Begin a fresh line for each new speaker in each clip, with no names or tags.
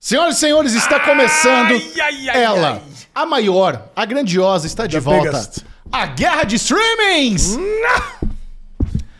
Senhoras e senhores, está começando ela, a maior, a grandiosa, está de
The
volta.
biggest.
A guerra de streamings!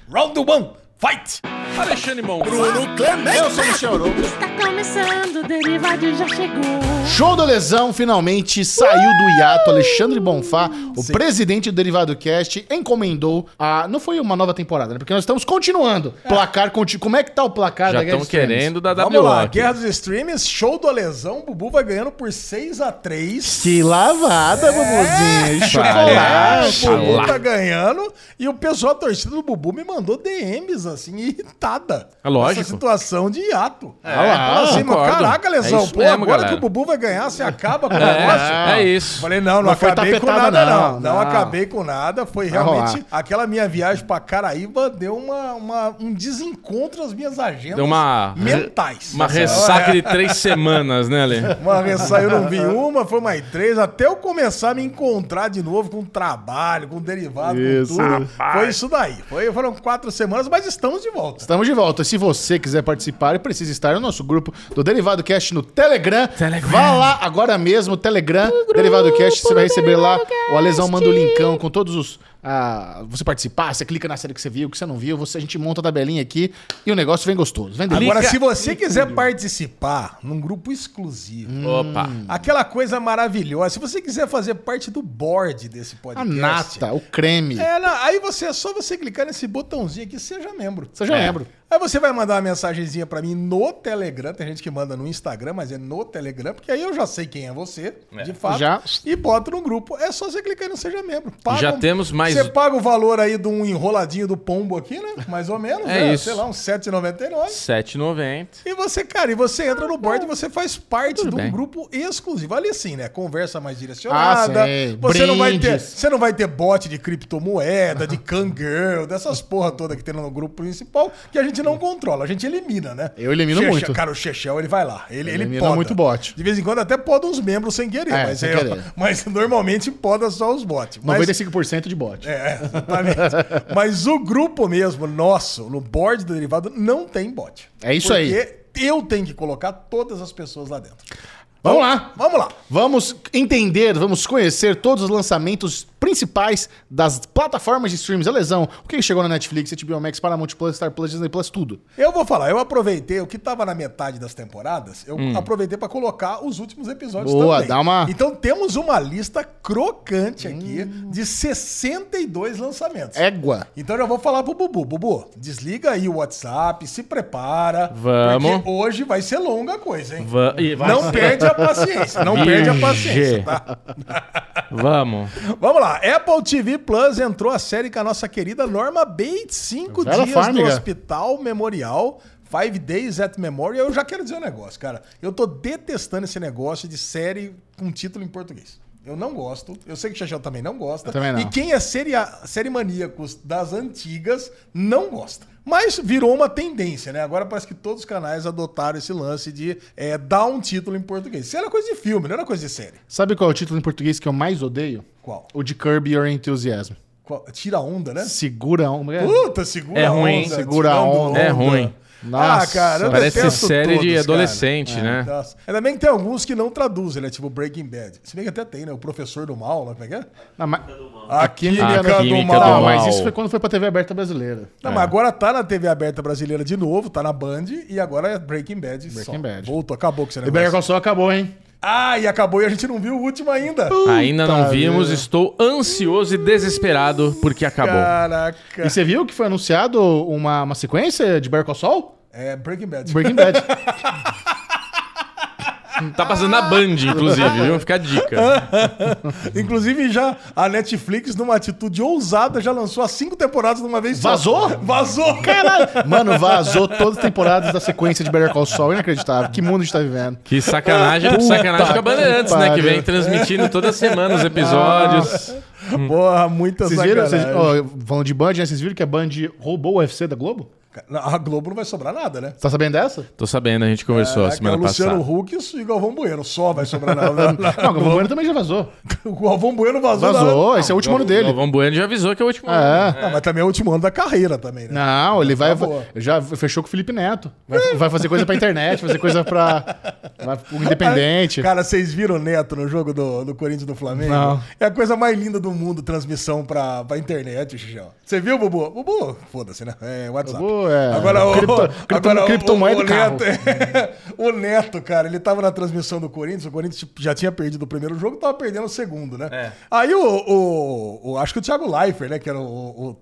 Round one, fight!
Alexandre Mão.
Bruno Clemente! Eu sou Michel Arouca.
Está Tá começando, o Derivado já chegou.
Show do Lesão finalmente saiu do hiato. Alexandre Bonfá, o presidente do Derivado Cast, encomendou a. Não foi uma nova temporada, né? Porque nós estamos continuando. Placar, conti... como é que tá o placar
Já
da Guerra de
estão
Streamings?
querendo da
Vamos lá,
WO.
Guerra dos Streams, show do Alesão, Bubu vai ganhando por 6x3.
Que lavada, Bubuzinho. Chocolate.
Palhaço.
O Bubu
lá.
tá ganhando e o pessoal da torcida do Bubu me mandou DMs, assim, irritada.
É lógico.
Essa situação de hiato.
Ah lá,
Fala assim,
concordo.
caraca, Lesão,
É isso
pô,
mesmo,
agora
galera.
que o Bubu vai ganhar, você acaba com o negócio.
É, é isso.
Falei, não, não,
Não foi
acabei com
tapetada,
nada,
não,
não. não.
não.
acabei com nada. Foi
Vai
realmente. Aquela minha viagem pra Caraíba deu uma, uma- um desencontro às minhas agendas
Deu uma-
mentais.
Uma ressaca de três semanas, né, Ale?
Uma ressaca, eu não vi uma, foi mais três, até eu começar a me encontrar de novo com trabalho, com derivado,
Isso.
com tudo. Foi isso daí. Foi, foram quatro semanas, mas estamos de volta.
Estamos de volta. Se você quiser participar, precisa estar no nosso grupo do Derivado Cast no Telegram. Vá lá agora mesmo, Telegram, Derivado Cast. Você vai receber lá. O Alesão manda o linkão com todos os. ah, você participar, você clica na série que você viu, que você não viu. Você, a gente monta a tabelinha aqui e o negócio vem gostoso. Vem delícia.
Agora, se você quiser participar num grupo exclusivo,
Opa.
Aquela coisa maravilhosa. Se você quiser fazer parte do board desse
a
podcast.
nata, o creme.
É, não, aí você é só você clicar nesse botãozinho aqui, seja membro.
Você já
É.
lembra.
Aí você vai mandar uma mensagenzinha pra mim no Telegram. Tem gente que manda no Instagram, mas é no Telegram, porque aí eu já sei quem é você, de fato.
Já.
E bota no grupo. É só você clicar no Seja Membro. Paga
Já
um-
temos mais-
Você paga o valor aí de um enroladinho do pombo aqui, né? Mais ou menos.
É
né?
isso.
Sei lá, uns R$7,99.
7,90.
E você, cara, e você entra no board e você faz parte de um
bem.
grupo exclusivo. Ali sim, né? Conversa mais direcionada.
Ah, sim.
Você não vai ter,
Brindes.
você não vai ter bot de criptomoeda, de Kangirl, dessas porra toda que tem no grupo principal, que a gente não controla, a gente elimina, né?
Eu elimino
Cheche-
muito.
Cara, o Chechel, ele vai lá. Ele, ele
Elimina
poda.
muito bot.
De vez em quando até poda uns membros sem querer,
É,
mas,
sem
é-
querer.
mas normalmente poda só os bots. Mas-
95% de bot.
é, exatamente. Mas o grupo mesmo, nosso, no board do derivado, não tem bot.
É isso
Porque
aí.
eu tenho que colocar todas as pessoas lá dentro.
Vamos lá.
Vamos lá.
Vamos entender, vamos conhecer todos os lançamentos principais das plataformas de streams. A lesão, o que chegou na Netflix, HBO Max, Paramount Plus, Star Plus, Disney Plus, tudo.
Eu vou falar, eu aproveitei o que tava na metade das temporadas, eu aproveitei pra colocar os últimos episódios
Hum. Boa,
também.
dá uma-
Então temos uma lista crocante aqui
Hum.
de 62 lançamentos.
Égua.
Então eu já vou falar pro Bubu. Bubu, desliga aí o WhatsApp, se prepara.
Vamos.
Porque hoje vai ser longa a coisa, hein?
Va- e vai-
Não perde a paciência, não perde a paciência,
Virgem.
tá?
Vamos.
Vamos lá, Apple TV Plus entrou a série com a nossa querida Norma Bates, cinco
Vera
dias
Farmiga.
no Hospital Memorial, Five Days at Memorial. Eu já quero dizer um negócio, cara, eu tô detestando esse negócio de série com título em português. Eu não gosto, eu sei que o Xaxão também não gosta.
Eu também não.
E quem é série, série maníacos das antigas não gosta. Mas virou uma tendência, né? Agora parece que todos os canais adotaram esse lance de eh, dar um título em português. Isso era coisa de filme, não era coisa de série.
Sabe qual é o título em português que eu mais odeio?
Qual?
O de Curb Your Enthusiasm.
Qual- Tira a onda, né?
Segura um. é.
Puta, segura
É
a
ruim.
onda.
Segura a
tirando Ah,
onda.
É ruim.
Nossa,
Parece
detesto
série de
todos,
adolescente,
cara.
né?
Nossa. Ainda bem que tem alguns que não traduzem, né? Tipo Breaking Bad. Se bem que até tem, né? O professor do mal, lá, como é que é?
Não, mas...
A química,
do química
Não, é
do mal.
mas isso foi quando foi pra TV aberta brasileira.
Não,
É.
mas agora tá na TV aberta brasileira de novo, tá na Band, e agora é Breaking Bad.
Breaking Bad.
Voltou, acabou com esse
E Better
negócio.
Call Saul acabou, hein?
Ah, e acabou e a gente não viu o último ainda.
Ainda não vimos,
vida.
estou ansioso e desesperado porque acabou.
Caraca.
E você viu que foi anunciado uma, uma sequência de Better Call Saul?
É Breaking Bad.
Breaking Bad.
Tá passando na Band, inclusive, viu? Fica a dica.
Inclusive, já a Netflix, numa atitude ousada, já lançou as cinco temporadas de uma vez só.
Vazou?
Vazou!
Mano, vazou todas as temporadas da sequência de Better Call Saul. Inacreditável. Que mundo a gente tá vivendo.
Que sacanagem, sacanagem com a
que
Bandeirantes, né? Que
pariu.
vem transmitindo toda semana os episódios.
Porra, muita
Hum. Vocês viram?
sacanagem.
Vocês, ó, falando de Band, né? Vocês viram que a Band roubou o UFC da Globo?
A Globo não vai sobrar nada, né?
Tá sabendo dessa?
Tô sabendo, a gente conversou a
Caraca,
semana
o Luciano
passada.
Huck e o Galvão Bueno. Só vai sobrar nada.
Não, o Galvão Bueno também já vazou.
o Galvão Bueno vazou.
Vazou,
na-
esse é o último ano dele.
Galvão Bueno já avisou que é o último ano.
É.
Não, mas também é o último ano da carreira também, né?
Não, ele vai.
Acabou.
Já fechou com o Felipe Neto. Vai, vai fazer coisa pra internet, fazer coisa pra. Vai pro Independente.
Cara, vocês viram o Neto no jogo do, do Corinthians e do Flamengo?
Não.
É a coisa mais linda do mundo, transmissão pra, pra internet, Xixão. Você viu, Bubu? Bubu, foda-se, né? É WhatsApp.
Bubu, é.
Agora o.
Cripto- cripto-
agora, o-
criptomoeda
o,
e
o
carro.
Neto, é. o Neto, cara, ele tava na transmissão do Corinthians, o Corinthians tipo, já tinha perdido o primeiro jogo, tava perdendo o segundo, né? Aí o, o- o- Acho que o Thiago Leifert, né? Que era o,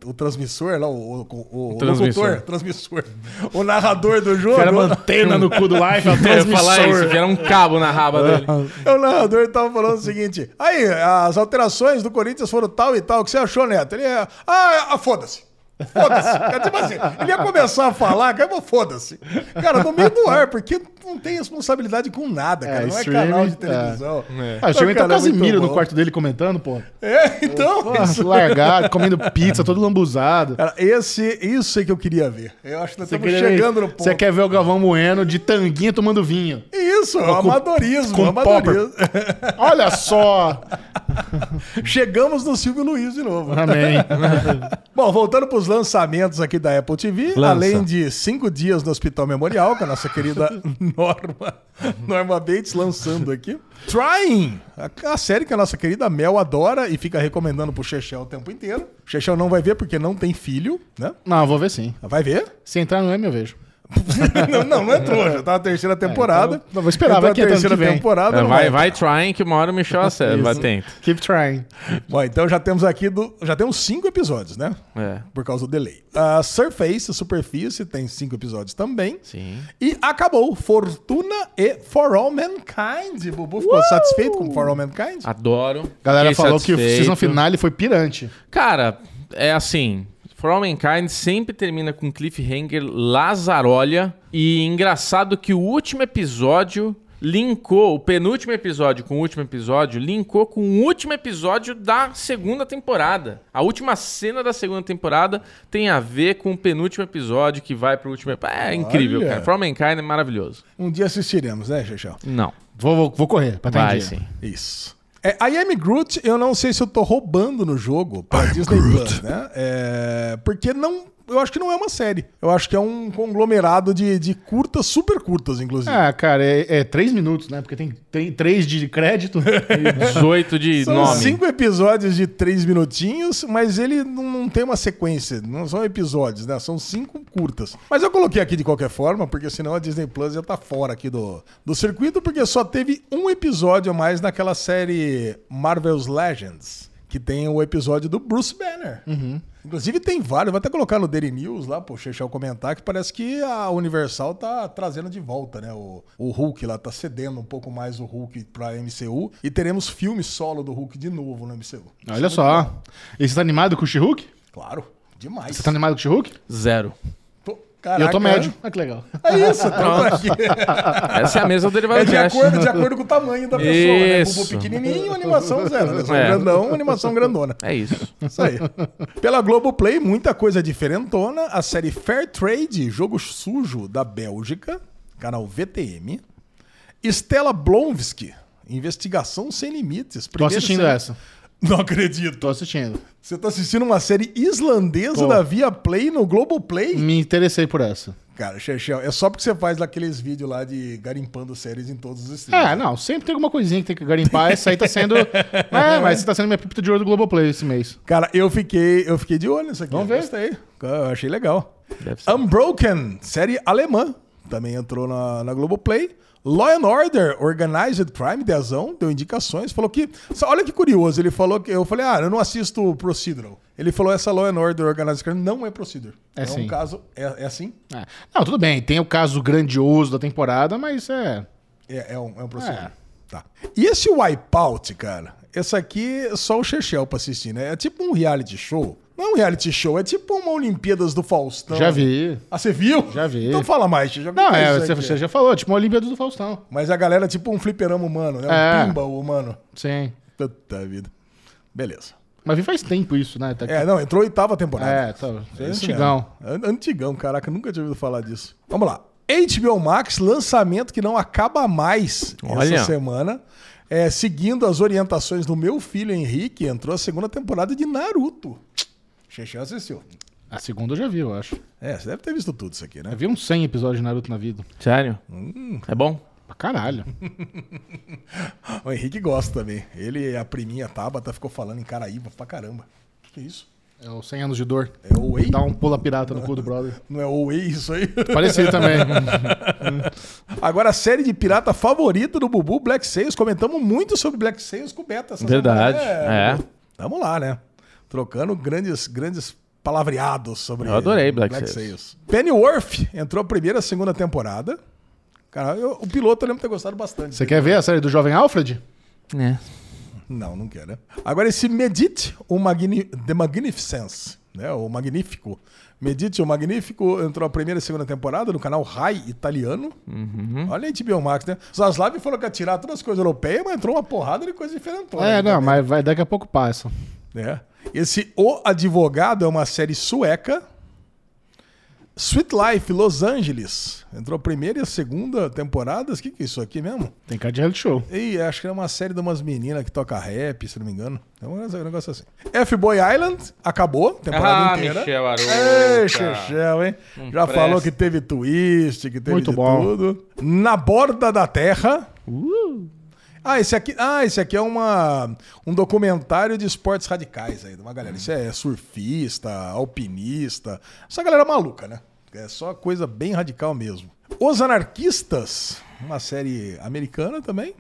o- o transmissor lá, o, o, o
Transmissor.
locutor, transmissor. O narrador do jogo.
O cara mantena no cu do live, a
um- Eu ia falar
transmissor. É.
isso, que era um cabo na raba dele.
O narrador tava falando o seguinte: aí, as alterações do Corinthians foram tal e tal, o que você achou, Neto? Ele é. Ah, ah, foda-se. Foda-se. Cara, Tipo assim, ele ia começar a falar, cara, mas foda-se. Cara, no meio do ar, porque não tem responsabilidade com nada, cara.
É,
não é
streaming,
canal de
é.
televisão.
Ah, chegou então o
Cara, é muito
Casimiro no
bom.
quarto dele comentando, pô.
É, então. isso-
Largado, comendo pizza, todo lambuzado.
Cara, esse, isso é que eu queria ver. Eu acho que nós estamos
queria-
chegando no ponto.
Você quer ver o Galvão Bueno de tanguinha tomando vinho.
Isso, é o
com-
amadorismo.
com
o amadorismo.
Olha só!
Chegamos no Silvio Luiz de novo.
Amém.
Bom, voltando para os lançamentos aqui da Apple TV,
Lança.
além de cinco dias no Hospital Memorial, com a nossa querida Norma, Norma Bates lançando aqui. Trying, a, a série que a nossa querida Mel adora e fica recomendando pro Chechel o tempo inteiro. O Chechel não vai ver porque não tem filho, né?
Não, eu vou ver sim.
Vai ver?
Se entrar no M, eu vejo.
não, não, não entrou, já tá na terceira temporada.
então, não, vou esperar, vai que
a
entra ano
terceira
que vem.
temporada.
É,
não
vai, vai trying que uma hora o Michel acerta. Vai, tenta.
Keep trying.
Bom, então já temos aqui, do, já temos cinco episódios, né?
É.
Por causa do delay. A Surface, Superfície, tem cinco episódios também.
Sim.
E acabou. Fortuna e For All Mankind. Bubu ficou satisfeito com For All Mankind?
Adoro.
Galera
Fiquei
falou que o
satisfeito.
season finale foi pirante.
Cara, é assim. For All Mankind sempre termina com cliffhanger lazarolha. E engraçado que o último episódio linkou, o penúltimo episódio com o último episódio, linkou com o último episódio da segunda temporada. A última cena da segunda temporada tem a ver com o penúltimo episódio que vai pro último episódio. É incrível,
Olha.
cara. For All Mankind é maravilhoso.
Um dia assistiremos, né, Xexão?
Não.
Vou, vou, vou correr pra um
Vai
atender.
sim.
Isso. É, I Am Groot, eu não sei se eu tô roubando no jogo pra Disney Plus, né? É, porque não... Eu acho que não é uma série. Eu acho que é um conglomerado de, de curtas, super curtas, inclusive.
Ah, cara, é, é três minutos, né? Porque tem, tem três de crédito.
18 de
São
nome.
cinco episódios de três minutinhos, mas ele não, não tem uma sequência. Não são episódios, né? São cinco curtas. Mas eu coloquei aqui de qualquer forma, porque senão a Disney Plus já tá fora aqui do, do circuito, porque só teve um episódio a mais naquela série Marvel's Legends, que tem o episódio do Bruce Banner. Inclusive tem vários, vou até colocar no Daily News lá, pro Chechel comentar, que parece que a Universal tá trazendo de volta, né? O, o Hulk lá tá cedendo um pouco mais o Hulk pra MCU e teremos filme solo do Hulk de novo no MCU.
Olha só. E você tá animado com o She-Hulk?
Claro, demais.
Você tá animado com o She-Hulk?
Zero.
Tô-
E eu
Caraca.
tô médio. Olha que legal.
É isso, tá aqui.
Essa é a mesa do Derivado
É de
Cast.
acordo, de acordo com o tamanho da pessoa, né? Bubu
Isso.
pequenininho, animação zero. Né?
É.
Grandão, animação grandona.
É isso.
Isso aí. Pela Globoplay, muita coisa diferentona. A série Fair Trade, Jogo Sujo da Bélgica, canal VTM. Estela Blomvski, Investigação Sem Limites.
Tô
primeira
assistindo
série-
essa.
Não acredito.
Tô assistindo.
Você tá assistindo uma série islandesa
Tô.
da Via Play no Globoplay?
Me interessei por essa.
Cara, Xexel, é só porque você faz aqueles vídeos lá de garimpando séries em todos os streams.
É, não, sempre tem alguma coisinha que tem que garimpar. Essa aí tá sendo. é, mas essa tá sendo minha pipita de ouro do Globoplay esse mês.
Cara, eu fiquei, eu fiquei de olho nisso aqui.
Vamos ver.
Gostei. Eu achei legal.
Deve ser.
Unbroken, série alemã. Também entrou na, na Globoplay. Law and Order, Organized Crime, Dezão, deu indicações, falou que... só- Olha que curioso, ele falou que... Eu falei, ah, eu não assisto Procedural. Ele falou, essa Law and Order, Organized Crime, não é Procedural.
É
um
sim.
caso... É, é assim?
É. Não, tudo bem, tem o caso grandioso da temporada, mas é.
É, é um, é um Procedural.
É.
Tá. E esse Wipeout, cara? Esse aqui é só o Chechel pra assistir, né? É tipo um reality show. Não é um reality show, é tipo uma Olimpíadas do Faustão.
Já vi.
Ah, você viu?
Já vi.
Então fala mais, já
Não, é, você, você já falou, tipo uma Olimpíada do Faustão.
Mas a galera é tipo um fliperama humano, né? Um
É.
pimba humano.
Sim.
Puta vida. Beleza.
Mas vem faz tempo isso, né? Tá aqui.
É, não, entrou oitava temporada.
É, tá.
É isso
Antigão.
mesmo. An- Antigão, caraca, nunca tinha ouvido falar disso. Vamos lá. HBO Max, lançamento que não acaba mais
Olha.
essa semana. É, seguindo as orientações do meu filho Henrique, entrou a segunda temporada de Naruto. Xexão assistiu.
A segunda eu já vi, eu acho.
É, você deve ter visto tudo isso aqui, né?
Eu vi uns 100 episódios de Naruto na vida.
Sério?
Hum.
É bom?
Pra caralho.
O Henrique gosta também. Ele e a priminha Tabata ficou falando em Caraíba pra caramba. Que isso?
É os 100 anos de dor.
É o Way?
Dá um pula pirata no cu do brother.
Não é o Way isso aí?
Parecido também.
Agora, a série de pirata favorita do Bubu, Black Sails. Comentamos muito sobre Black Sails com Beta. essa
Verdade.
semana,
É.
Bubu? Tamo lá, né? Trocando grandes, grandes palavreados sobre
Eu adorei Black
Sails. Pennyworth entrou a primeira e a segunda temporada. Cara, eu- o piloto eu lembro ter gostado bastante.
Você quer ver a série do jovem Alfred?
É.
Não, não quero, né? Agora esse Medite o Magni... The Magnificence, né? O Magnífico. Medite o Magnífico entrou a primeira e segunda temporada no canal Rai Italiano. Olha a HBO Max, né? Zaslav falou que ia tirar todas as coisas europeias, mas entrou uma porrada de coisa diferentona.
É,
aí tá
não,
também,
mas vai, daqui a pouco passa.
né? Esse O Advogado é uma série sueca. Sweet Life Los Angeles entrou a primeira e a segunda temporadas. O que, que é isso aqui mesmo?
Tem cara de reality show.
E acho que é uma série de umas meninas que toca rap, se não me engano. É um negócio assim. F-Boy Island acabou, temporada
Ah,
inteira.
Michel Arouca.
Ei, Chechel, hein? Já
presta.
falou que teve twist, que teve
Muito
de
bom. Uh!
tudo. Na Borda da Terra. Ah, esse aqui, ah, esse aqui é uma, um documentário de esportes radicais aí, de uma galera. Isso é surfista, alpinista. Essa galera maluca, né? É só coisa bem radical mesmo. Os Anarquistas, uma série americana também.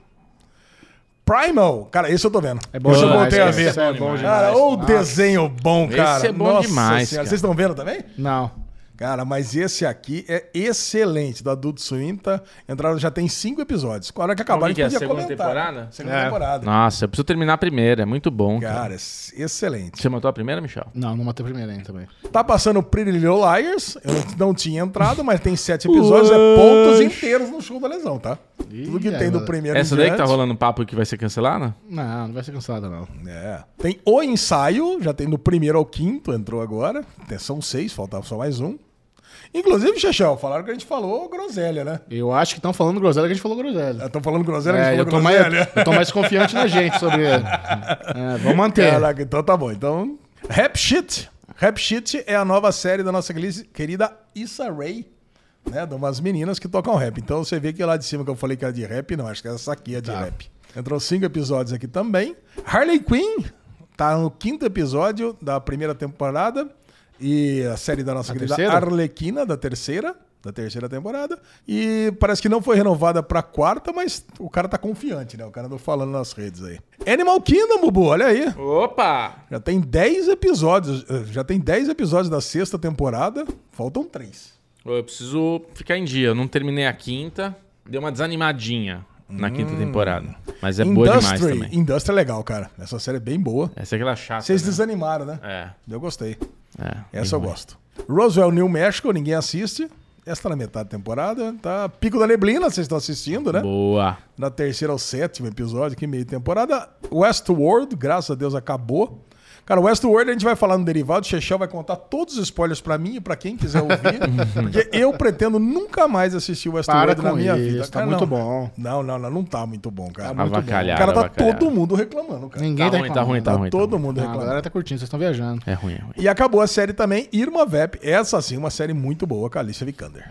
Primal, cara, esse eu tô vendo.
É bom
esse eu
demais,
voltei a
cara.
ver.
Esse é bom demais.
Cara, ou
Nossa.
desenho bom,
Esse
cara.
é bom demais, cara.
Vocês estão vendo também?
Não.
Cara, mas esse aqui é excelente, do Adulto Swim. Tá? Entraram, já tem cinco episódios. A hora que acabar,
Como
a
que é?
gente podia
Segunda
comentar.
temporada?
Segunda
É.
temporada.
Nossa, eu preciso terminar a primeira. É muito bom, cara.
Cara, é excelente.
Você matou a primeira, Michel?
Não, não matei a primeira ainda também.
Tá passando Pretty Little Liars. Eu não tinha entrado, mas tem sete episódios. É pontos inteiros no show da lesão, tá? Tudo que
Ih,
tem do
agora.
primeiro em
Essa daí que tá
diante.
rolando papo que vai ser cancelada?
Não, não vai ser cancelada, não.
É. Tem o ensaio, já tem do primeiro ao quinto, entrou agora. Tem- São seis, faltava só mais um. Inclusive, Xexel, falaram que a gente falou groselha, né?
Eu acho que estão falando groselha que a gente falou groselha.
Estão falando groselha, a
É,
gente
eu tô,
falou
mais,
groselha.
eu tô mais confiante na gente sobre. É, vamos manter.
Caraca, então tá bom. Então, Rap Shit. Rap Shit é a nova série da nossa queli- querida Issa Rae, né? De umas meninas que tocam rap. Então você vê que lá de cima que eu falei que era de rap, não, acho que essa aqui é de rap. Entrou cinco episódios aqui também. Harley Quinn tá no quinto episódio da primeira temporada e a série da nossa
A
querida
terceira?
Arlequina da terceira, da terceira temporada. E parece que não foi renovada pra quarta, mas o cara tá confiante, né? O cara tá falando nas redes aí. Animal Kingdom, Bubu, olha aí.
Opa!
Já tem 10 episódios. eh, Já tem 10 episódios da sexta temporada. Faltam 3.
Eu preciso ficar em dia. Eu não terminei a quinta. Deu uma desanimadinha na quinta temporada. Mas é boa demais também.
Hum. Industry é legal, cara. Essa série é bem boa.
Essa é aquela chata.
Vocês
né?
desanimaram, né?
É,
Eu gostei.
é.
Essa eu gosto. Roswell, New Mexico, ninguém assiste. Essa tá na metade da temporada. Tá Pico da Neblina, vocês estão assistindo, né?
Boa.
Na terceira ao sétimo episódio, que meio temporada. Westworld, graças a Deus, acabou. Cara, Westworld a gente vai falar no derivado. O Chechel vai contar todos os spoilers pra mim e pra quem quiser ouvir. porque eu pretendo nunca mais assistir Westworld
Para
na
com
minha
isso,
vida.
tá muito
não.
bom.
Não, não, não, não tá muito bom, cara.
Tá muito bom.
Avacalhada.
o cara tá
avacalhada.
todo mundo reclamando, cara.
Ninguém
Tá ruim, tá ruim, tá
Tá
ruim. tá
todo
ruim.
mundo
Ah, a
reclamando.
galera tá curtindo, vocês estão viajando.
É ruim, é ruim.
E acabou a série também, Irma Vep. Essa sim, uma série muito boa com a Alicia Vikander.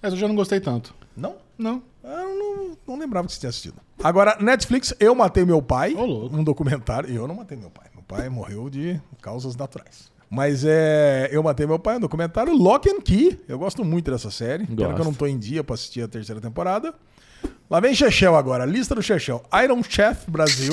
Mas eu já não gostei tanto.
Não?
Não.
Eu não, não lembrava que você tinha assistido. Agora, Netflix, Eu Matei Meu Pai.
Ô, louco.
Um documentário. Eu não matei meu pai. Meu pai morreu de causas naturais. Mas é. Eu Matei Meu Pai, um documentário. Lock and Key. Eu gosto muito dessa série. Pena
Gosto.
que eu não tô em dia pra assistir a terceira temporada. Lá vem Chechel agora. Lista do Chechel. Iron Chef Brasil.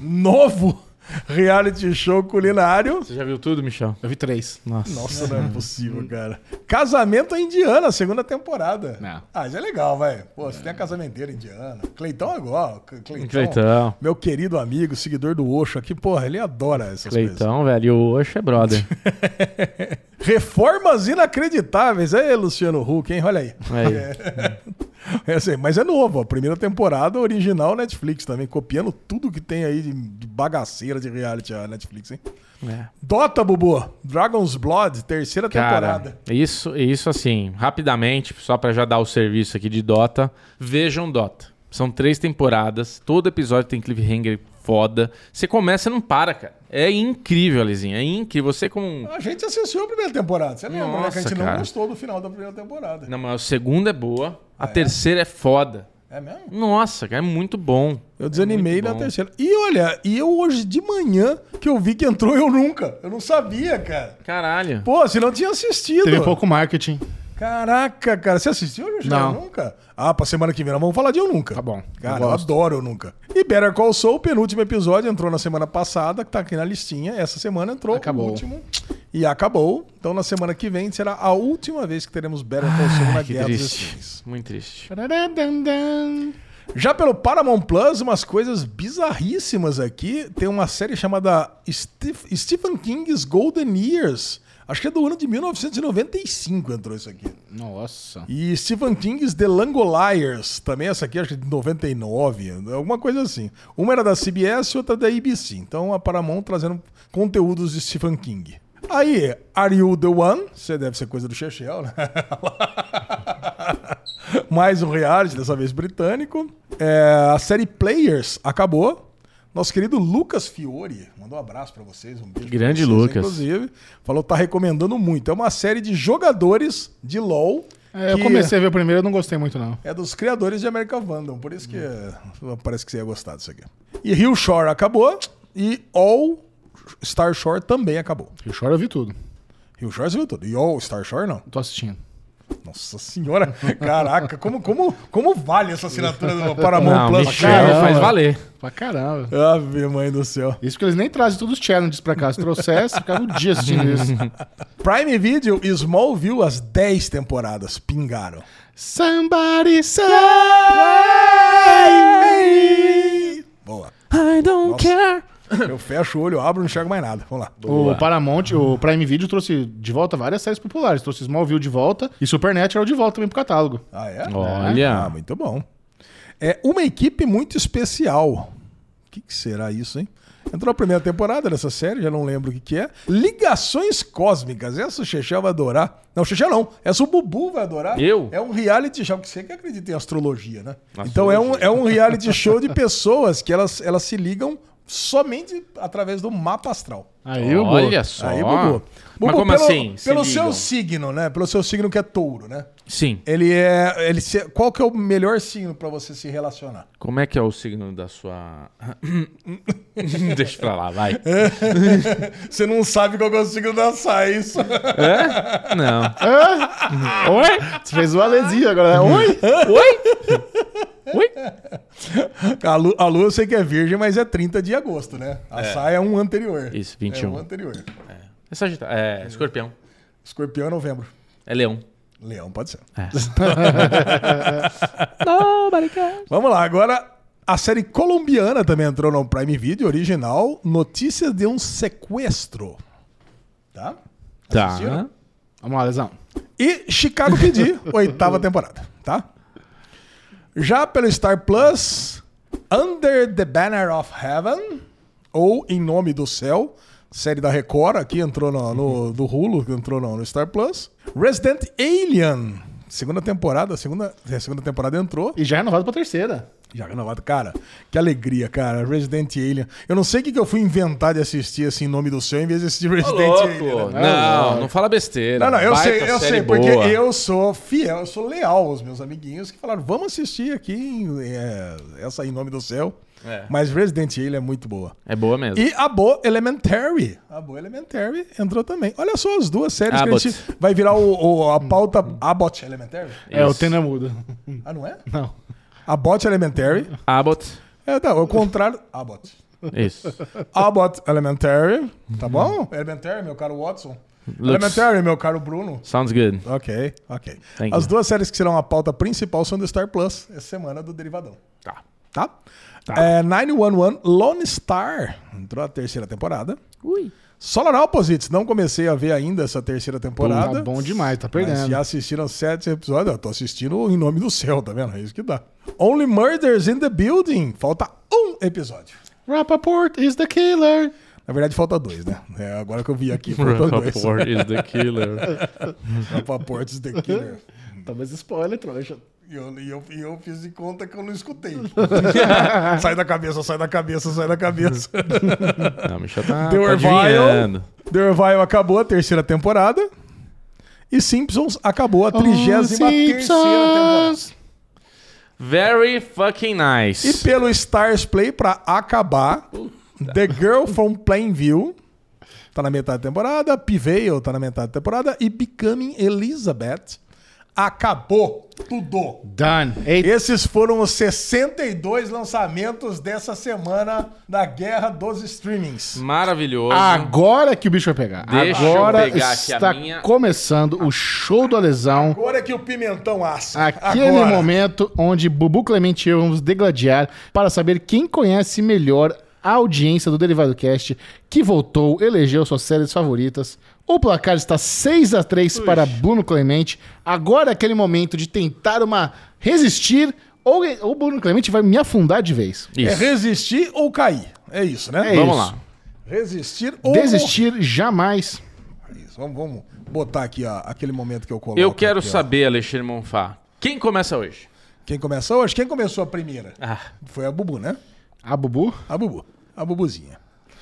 novo reality show culinário.
Você já viu tudo, Michel?
Eu vi três.
Nossa.
Nossa, não é possível, cara. Casamento à Indiana, segunda temporada.
Não.
Ah, já é legal, vai. Pô, você tem a casamenteira indiana. Cleitão agora. Cle- Cleitão.
Cleitão.
Meu querido amigo, seguidor do Osho aqui, porra, ele adora essas coisas.
Cleitão, velho. E o Oxo é brother.
Reformas inacreditáveis. É, Luciano Huck, hein? Olha aí.
Aí.
É assim, mas é novo, a primeira temporada original Netflix também, copiando tudo que tem aí de, de bagaceira de reality a Netflix, hein?
É.
Dota, Bubu, Dragon's Blood, terceira
Cara,
temporada.
isso, isso assim, rapidamente, só pra já dar o serviço aqui de Dota, vejam Dota. São três temporadas, todo episódio tem cliffhanger foda. Você começa e não para, cara. É incrível, Alizinha, é incrível. Você como... um-
A gente assistiu a primeira temporada, você lembra, né? Que a
Nossa,
gente não
cara.
gostou do final da primeira temporada.
Não, mas a segunda é boa, a terceira é foda.
É mesmo?
Nossa, cara, é muito bom.
Eu
É
desanimei
muito
na
bom.
terceira. E olha, e eu hoje de manhã que eu vi que entrou eu nunca. Eu não sabia, cara.
Caralho.
Pô, se não tinha assistido.
Teve pouco marketing.
Caraca, cara, você assistiu hoje?
Não.
Eu nunca? Ah, pra semana que vem nós vamos falar de Eu Nunca.
Tá bom, eu
Cara, eu,
gosto.
adoro Eu Nunca. E Better Call Saul, penúltimo episódio, entrou na semana passada, que tá aqui na listinha. Essa semana entrou
Acabou.
o último. E acabou. Então na semana que vem será a última vez que teremos Better Call Saul na
que
Guerra dos
triste.
Skins.
Muito triste.
Já pelo Paramount Plus, umas coisas bizarríssimas aqui. Tem uma série chamada Stef- Stephen King's Golden Years. Acho que é do ano de 1995 entrou isso aqui.
Nossa.
E Stephen King's The Langoliers, também essa aqui, acho que de 99, alguma coisa assim. Uma era da CBS e outra da ABC. Então a Paramount trazendo conteúdos de Stephen King. Aí, Are You The One? Você deve ser coisa do Chechel, né? Mais um reality, dessa vez britânico. É, a série Players acabou. Nosso querido Lucas Fiore mandou um abraço pra vocês, um beijo. pra
Grande
vocês,
Lucas.
Inclusive, falou que tá recomendando muito. É uma série de jogadores de LoL.
É, eu
que
comecei a ver o primeiro, eu não gostei muito, não.
É dos criadores de America Vandal, por isso que é, parece que você ia gostar disso aqui. E Rio Shore acabou e All Star Shore também acabou.
Eu choro, eu vi tudo.
Rio Shore você viu tudo. E All Star Shore não.
Tô assistindo.
Nossa senhora, caraca, como, como, como vale essa assinatura do Paramount
não,
Plus?
Michel
Caramba.
faz valer.
Pra caramba.
Ave mãe do céu.
Isso que eles nem trazem todos os challenges pra cá. Se trouxesse, ficava um dia assistindo isso.
Prime Video e Smallville, as 10 temporadas pingaram.
Somebody say...
Boa.
I don't
É.
care.
Eu fecho o olho, abro, não enxergo mais nada. Vamos lá.
O Paramount, o Prime Video trouxe de volta várias séries populares. Trouxe Smallville de volta e Supernatural de volta também pro catálogo.
Ah, é? Ah,
Olha.
muito bom. É uma equipe muito especial. O que, que será isso, hein? Entrou a primeira temporada dessa série, já não lembro o que, que é. Ligações Cósmicas. Essa o Chechel vai adorar. Não, o Chechel não. Essa o Bubu vai adorar.
Eu?
É um reality show que você que acredita em astrologia, né? Então é um, é um reality show de pessoas que elas, elas se ligam somente através do mapa astral.
Aí o
Olha só.
Aí, Bubu.
Mas
Bubu,
como
pelo-
assim? Se
Pelo
ligam?
seu signo, né? Pelo seu signo que é touro, né?
Sim.
Ele é. Ele se- qual que é o melhor signo pra você se relacionar?
Como é que é o signo da sua. Deixa pra lá, vai.
Você não sabe qual que é o signo da Sais.
Não.
Oi? Você fez o Alezinho agora. né? Oi?
A Lu, a Lu eu sei que é virgem, mas é 30 de agosto, né? A Sai é um anterior.
Isso,
É um
21.
anterior.
É, sagita- é escorpião.
Escorpião é novembro.
É leão.
Leão, pode ser.
É.
Nobody cares.
Vamos lá, agora. A série colombiana também entrou no Prime Video original. Notícias de um sequestro. Tá? Assistiram?
Tá.
Vamos lá, Lesão.
E Chicago PD, oitava temporada, tá? Já pelo Star Plus, Under the Banner of Heaven, ou Em Nome do Céu, série da Record, aqui entrou no, no- do Hulu, que entrou no, no Star Plus. Resident Alien, segunda temporada, segunda, é, segunda temporada entrou.
E já é renovado pra terceira.
Já renovado, cara. Que alegria, cara. Resident Alien. Eu não sei o que, que eu fui inventar de assistir assim, Em Nome do Céu, em vez de assistir Resident Alien. né?
Tá Louco. Não, não fala besteira.
Não, não, eu
Baita
sei, eu
série
sei, porque
boa.
eu sou fiel, eu sou leal aos meus amiguinhos que falaram, vamos assistir aqui em, é, essa em nome do céu.
É.
Mas Resident Evil é muito boa.
É boa mesmo.
E a Bo Elementary. A Bo Elementary entrou também. Olha só as duas séries que a
Abbott.
gente vai virar o, o- a pauta Abbott Elementary.
É, o
Isso.
Tena muda.
Ah, não é?
Não.
Abbott Elementary.
Abbott.
É, não, é o contrário. Abbott.
Isso.
Abbott Elementary. Tá bom? Elementary, meu caro Watson.
Uhum. Looks-
Elementary, meu caro Bruno.
Sounds good.
Ok, ok.
Thank
As
you.
duas séries que serão a pauta principal são do Star Plus, essa semana do Derivadão.
Tá.
Tá? É, 911 Lone Star entrou a terceira temporada.
Ui.
Solar Opposites, não comecei a ver ainda essa terceira
Pô,
temporada.
tá bom demais, tá
Mas
perdendo.
já assistiram sete episódios, eu tô assistindo em nome do céu, tá vendo? É isso que dá. Only Murders in the Building. Falta um episódio.
Rappaport is the killer.
Na verdade, falta dois, né? É, agora que eu vi aqui, falta dois.
Rappaport is the
né?
killer.
Rappaport is the killer.
Talvez spoiler, trouxa.
E eu, e eu- e eu fiz de conta que eu não escutei. sai da cabeça, sai da cabeça, sai da cabeça.
Não, Michel tá,
The
tá adivinhando.
Orville. The Orville acabou a terceira temporada. E Simpsons acabou a 33 terceira temporada.
Simpsons.
Very fucking
E
nice.
pelo Stars Play pra acabar, The Girl from Plainview tá na metade da temporada, Pivale tá na metade da temporada e Becoming Elizabeth acabou tudo.
Done. Eight.
Esses foram os 62 lançamentos dessa semana da Guerra dos Streamings.
Maravilhoso.
Ah,
Agora que o bicho vai pegar.
Deixa eu
Agora
pegar aqui a
está
minha.
começando o show do Alesão.
Agora é que o pimentão assa.
Aquele
Agora.
momento onde Bubu Clemente e eu vamos degladiar para saber quem conhece melhor a audiência do Derivado Cast, que voltou, elegeu suas séries favoritas. O placar está 6 a 3 para Bruno Clemente. Agora é aquele momento de tentar uma resistir ou ou o Bruno Clemente vai me afundar de vez.
É
Isso.
resistir ou cair. É isso, né?
É
Vamos
isso.
lá.
Resistir ou
Desistir jamais.
morrer. Isso, Vamos, vamos botar aqui ó, aquele momento que eu coloco.
Eu quero
aqui, ó.
saber, Alexandre Monfá, quem começa hoje?
Quem começou hoje? Quem começou a primeira?
Ah,
Foi a Bubu, né?
A Ah, Bubu?
A Bubu. A Bubuzinha.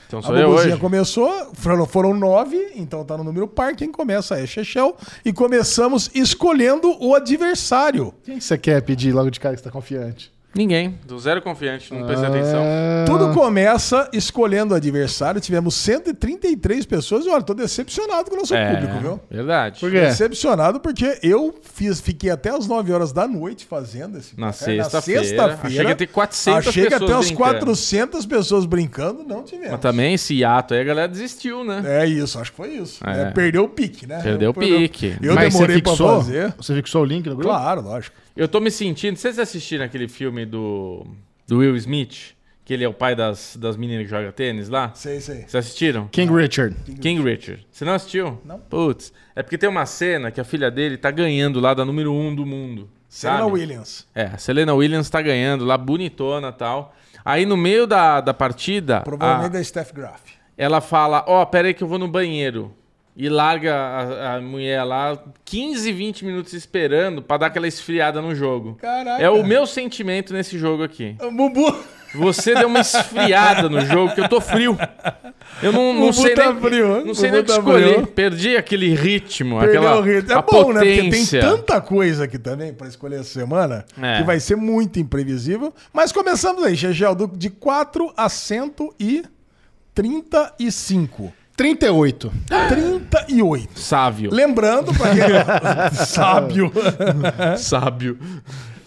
então
A
sou eu
Bubuzinha
hoje.
começou, foram, foram nove, então tá no número par. Quem começa é Chechel. E começamos escolhendo o adversário.
Quem que você quer pedir logo de cara que você tá confiante?
Ninguém. Do zero confiante, não prestei atenção.
Ah,
Tudo começa escolhendo o adversário. Tivemos 133 pessoas. E olha, tô decepcionado com o nosso
É,
público, viu?
verdade.
Por quê?
Decepcionado porque eu fiz, fiquei até as 9 horas da noite fazendo esse
Na
placar.
sexta-feira. Achei que ia ter 400
Achei que ia ter
pessoas
umas
brincando.
400 pessoas brincando, não tivemos.
Mas tá também esse ato aí a galera desistiu, né?
É isso, acho que foi isso.
É.
É, perdeu o pique, né?
Perdeu o pique.
Eu
Mas você
demorei pra
fixou?
fazer.
Você fixou o link do grupo?
Claro, lógico.
Eu tô me sentindo. Vocês assistiram aquele filme do, do Will Smith? Que ele é o pai das, das meninas que jogam tênis lá?
Sei, sei.
Vocês assistiram?
King Richard.
King Richard. Você não assistiu?
Não.
Putz. É porque tem uma cena que a filha dele tá ganhando lá da número um do mundo.
Serena
sabe?
Williams.
É, a Selena Williams tá ganhando lá, bonitona e tal. Aí no meio da, da partida,
Provavelmente
a-
da Steph Graf.
ela fala, ó, pera aí que eu vou no banheiro. E larga a, a mulher lá 15, 20 minutos esperando pra dar aquela esfriada no jogo.
Caraca.
É o meu sentimento nesse jogo aqui.
O Bubu.
Você deu uma esfriada no jogo, que eu tô frio. Eu não, não
Bubu
sei
tá
nem,
frio, hein?
não sei
Bubu
nem o que
tá
escolher.
frio.
Perdi aquele ritmo,
Perdeu
aquela
o ritmo. É
a
bom, né? Porque tem
potência.
tanta coisa aqui também pra escolher essa semana
É.
que vai ser muito imprevisível. Mas começamos aí, Chegel, do- de 4 a 135.
38.
38.
Sábio.
Lembrando, pra quem é sábio,
Sábio.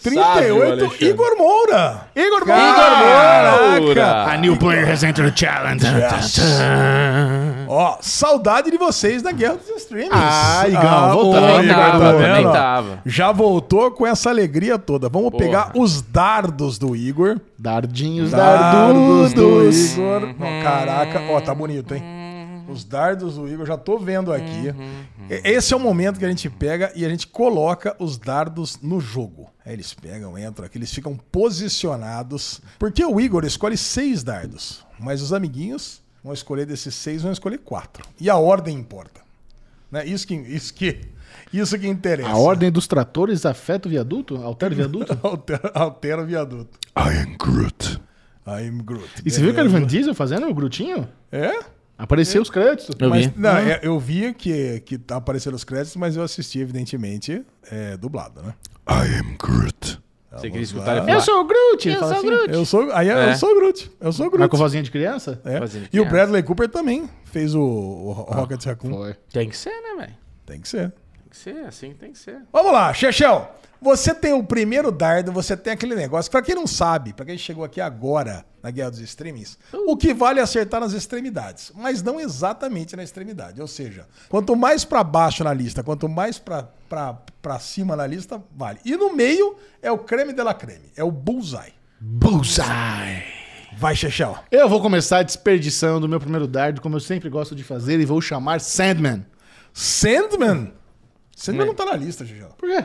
38,
Alexandre. Ah,
Igor Moura.
Igor
Caraca!
A new player has entered the challenge.
Ó, saudade de vocês da Guerra dos Streams.
Ah, Igão, voltamos,
ô,
Igor,
Nem
tá
tava,
vendo?
nem tava.
Já voltou com essa alegria toda. Vamos
Porra.
pegar os dardos do Igor.
Dardinhos,
Dardos do
dardudos.
Igor. Ó, caraca, ó, tá bonito, hein? Os dardos do Igor, já tô vendo aqui. E- Esse é o momento que a gente pega e a gente coloca os dardos no jogo. Aí eles pegam, entram aqui, eles ficam posicionados. Porque o Igor escolhe seis dardos, mas os amiguinhos vão escolher desses seis, vão escolher quatro. E a ordem importa. Né? Isso, que, isso, que, isso que interessa.
A ordem dos tratores afeta o viaduto? Altera o viaduto?
altera, altera o viaduto.
I am Groot.
I am Groot.
E você viu que era o Van Diesel fazendo o Grutinho?
É?
Apareceu os créditos.
Eu
Mas,
vi.
não, é, eu vi que, que tá aparecendo os créditos, mas eu assisti, evidentemente, é, dublado, né?
I am Groot.
Você queria escutar ele
Eu
falar.
sou o Groot. Eu sou o Groot.
Eu sou, aí
É.
eu sou o Groot. Eu sou o
Mas
Groot.
com vozinha de criança?
É.
Fazendo
E o
piada. Ah,
Bradley Cooper também fez o, o Rocket Raccoon.
Foi.
Tem que ser, né, velho?
Tem que ser.
Tem que ser, assim que tem que ser.
Vamos lá, Chechel. Você tem o primeiro dardo, você tem aquele negócio. Pra quem não sabe, pra quem chegou aqui agora na Guerra dos Streamings, o que vale é acertar nas extremidades, mas não exatamente na extremidade. Ou seja, quanto mais pra baixo na lista, quanto mais pra, pra, pra cima na lista, vale. E no meio é o creme de la creme, é o bullseye.
Bullseye.
Vai, Chechel.
Eu vou começar desperdiçando o meu primeiro dardo, como eu sempre gosto de fazer, e vou chamar Sandman.
Sandman. Sandman não tá na lista, Chechel.
Por quê?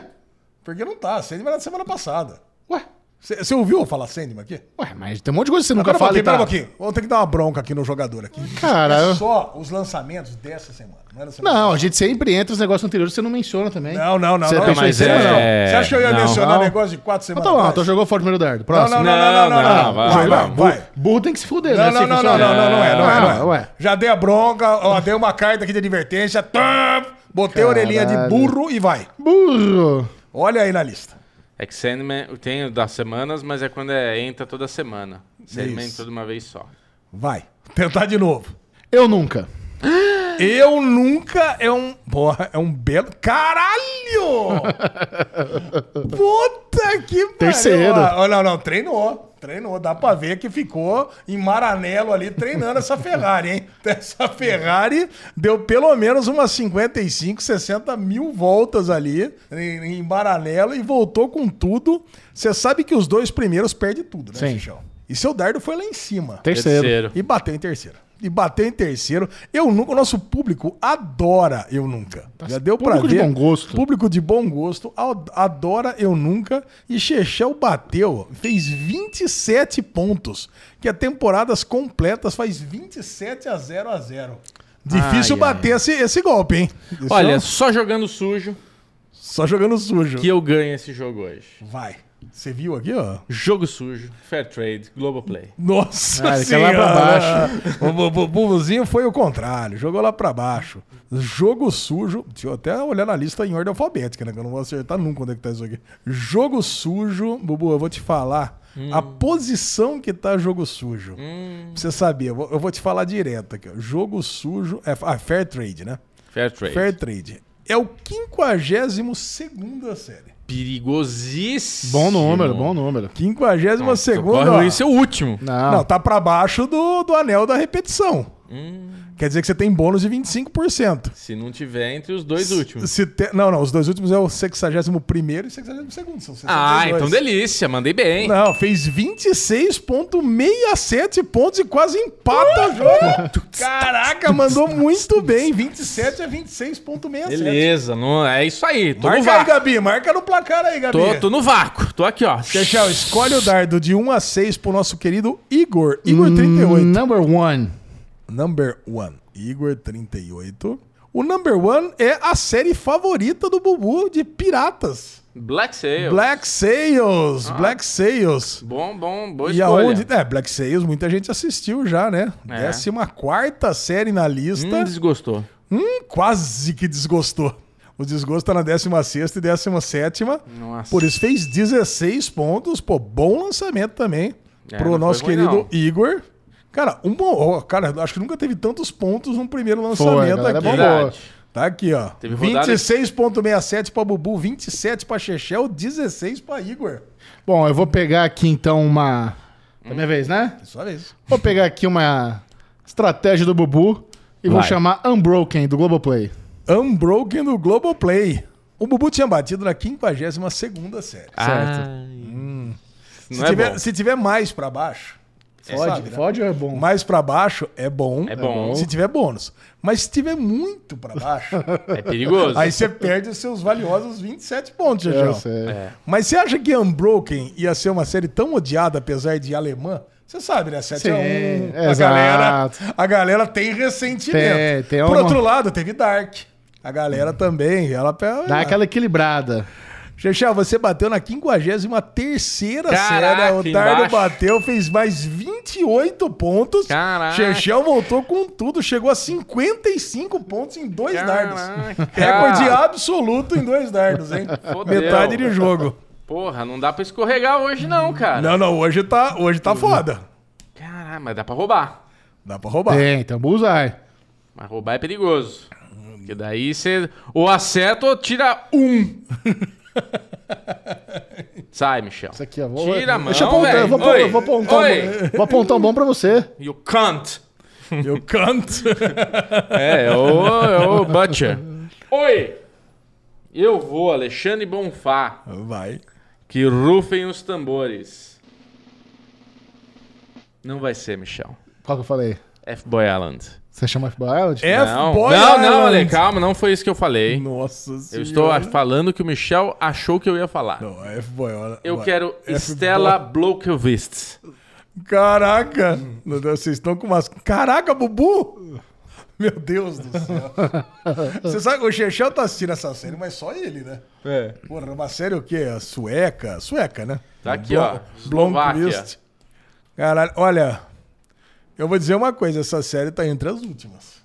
Porque não tá. Sandman era da semana passada.
Ué,
Você ouviu eu falar Sandman aqui?
ué, mas tem um monte de coisa que você nunca
Pera um
fala e
pouquinho, pera
tá...
um pouquinho. Vou ter que dar uma bronca aqui no jogador aqui.
Cara, eu-
Só os lançamentos dessa semana. Não, é da semana
Não, a gente sempre entra nos negócios anteriores, você não menciona também.
Não, não, não.
Você
não,
tá
não,
mais-
não, não.
é,
Você acha que eu ia
não,
mencionar
não.
negócio de quatro
Então
semanas?
tá bom,
atrás?
então jogou fora o primeiro dardo.
Não,
Próximo.
não, não, não, não, não, não.
Não, vai,
Vai, vai,
vai.
vai.
Burro tem que se fuder, né?
Não, não,
Assim
não, não, não,
funciona.
não, não é, não é, não é.
Ah, ué.
Já dei a bronca, ó, dei uma carta aqui de advertência, tam, botei a orelhinha de
Caralho.
burro e vai.
Burro.
Olha aí na lista.
É que Sandman tem o das semanas, mas é quando é, entra toda semana. Sandman
Isso.
toda uma vez só.
Vai. Tentar de novo.
Eu nunca.
Eu nunca é um. Porra, é um belo. Caralho! Puta que pariu!
Terceiro.
Ah, ó, não, não, treinou. Treinou. Dá pra ver que ficou em Maranello ali treinando essa Ferrari, hein? Essa Ferrari deu pelo menos umas 55, 60 mil voltas ali em, em Maranello e voltou com tudo. Você sabe que os dois primeiros perdem tudo, né,
Sim.
Xixão? E seu dardo foi lá em cima.
Terceiro.
E bateu em terceiro. E bateu em terceiro. Eu nunca. O nosso público adora Eu Nunca. Já deu pra
público de
ver.
bom gosto.
Público de bom gosto. ao- Adora Eu Nunca. E Chechel bateu. Fez 27 pontos. Que a temporadas completas faz 27 a 0 a 0 Difícil
Ai,
bater Esse, esse golpe, hein? Isso
Olha,
é um-
só jogando sujo
Só jogando sujo.
que eu ganho esse jogo hoje.
Vai. Você viu aqui, ó?
Jogo sujo, fair trade, Globoplay.
Nossa
Ah, ele quer
senhora!
lá pra
o bu- bu- Bubuzinho foi o contrário, jogou lá pra baixo. Jogo sujo. Deixa eu até olhar na lista em ordem alfabética, né? Que eu não vou acertar nunca onde é que tá isso aqui. Jogo sujo, Bubu, eu vou te falar a posição que tá jogo sujo. Pra você saber, eu vou, eu vou te falar direto aqui. ó. Jogo sujo. É, ah, Fair Trade, né?
Fair trade.
Fair Trade. É o 52 segunda série.
Perigosíssimo. Então,
Bom número, bom número.
52 segunda.
Corre isso é o último.
Não.
Não, tá pra baixo do, do anel da repetição.
Hum.
Quer dizer que você tem bônus de 25%.
Se não tiver entre os dois últimos.
Se te- Não, não, os dois últimos é o 61º e 62 são 62.
Ah, então delícia, mandei bem.
Não, fez 26,67 pontos e quase empata o jogo. Caraca, mandou muito bem. 27 a 26,67.
Beleza, não, é isso aí. Tô no
Marca aí,
vácuo.
Gabi. Marca no placar aí, Gabi.
Tô, tô no vácuo. Tô aqui, ó.
Chechel, escolhe o dardo de 1 a 6 pro nosso querido Igor. Igor
Hum,
38.
Number one.
Number One, Igor 38. O Number One é a série favorita do Bubu de piratas.
Black Sale.
Black Sails, Black Sails.
Bom, bom, Ah. boa
E
escolha.
aonde... É, Black Sails, muita gente assistiu já, né?
É.
Décima quarta série na lista.
Hum,
Hum,
desgostou.
quase que desgostou. O desgosto tá na 16 e 17.
Nossa.
Por isso fez 16 pontos. Pô, bom lançamento também
É, não
pro
foi
nosso
ruim,
querido
não.
Igor. Cara, um bom, ó, cara, acho que nunca teve tantos pontos num primeiro
Foi, a
lançamento
galera é
aqui.
bombou.
Verdade.
Tá aqui, ó.
Teve rodada-
26.67 pra Bubu, 27 pra Chechel, 16 pra Igor.
Bom, eu vou pegar aqui então uma. É minha vez, né?
É só isso.
Vou pegar aqui uma estratégia do Bubu e vou
Vai.
chamar Unbroken do Globoplay.
Unbroken no Globoplay. O Bubu tinha batido na 52ª série.
Certo. Hum.
Ai.
se,
Não é
tiver,
bom.
se tiver mais pra baixo, você sabe, né?
fode ou é bom?
Mais pra baixo é bom.
É bom.
Se tiver bônus. Mas se tiver muito pra baixo,
É perigoso.
aí você perde os seus valiosos 27 pontos,
Eu
Jajão.
sei.
É.
Mas você acha que Unbroken ia ser uma série tão odiada, apesar de alemã? Você sabe, né? 7 a 1
Sim,
a,
exato.
galera, a galera tem ressentimento.
Tem, tem
Por
uma-
outro lado, teve Dark. A galera também. Ela
Dá aquela equilibrada.
Xexá, você bateu na 53 série.
Caraca,
O Tardo
embaixo.
bateu, fez mais 28 pontos.
Caraca.
Chechel voltou com tudo, chegou a 55 pontos em dois dardos.
Caraca.
Recorde absoluto em dois dardos, hein?
Fodeu.
Metade de jogo.
Porra, não dá pra escorregar hoje
Hum,
não, cara.
Não, não, hoje tá, hoje tá foda.
Caralho, mas dá pra roubar.
Dá pra roubar.
Tem, então bullseye.
Mas roubar é perigoso. Porque daí você ou acerta ou tira um. Sai, Michel.
Isso aqui, ó. Vou,
Tira, mano.
Deixa eu apontar, eu vou, apon- eu vou apontar um
Oi.
bom. Vou apontar um bom pra você.
You can't.
Eu canto.
É, é o, é o Butcher. Oi! Eu vou, Alexandre Bonfá.
Vai.
Que rufem os tambores. Não vai ser, Michel.
Qual que eu falei?
F-Boy Island.
Você chama F-Boy Island?
É.
Não,
F-Boy
não, não,
Island.
Ale, calma, não foi isso que eu falei.
Nossa
Eu estou a- falando que o Michel achou que eu ia falar.
Não, F-Boy. olha-
Eu
vai.
quero
F-Boy.
Stella Blokovitz.
Caraca! Meu Deus, vocês estão com umas. Caraca, Bubu! Meu Deus do céu. Você sabe que o Chechel tá assistindo essa série, mas só ele, né?
É.
Porra, uma série o quê? Sueca? Sueca, né?
Tá aqui,
Blo-
ó. Eslováquia.
Blomqvist. Caralho, olha. Eu vou dizer uma coisa, essa série tá entre as últimas.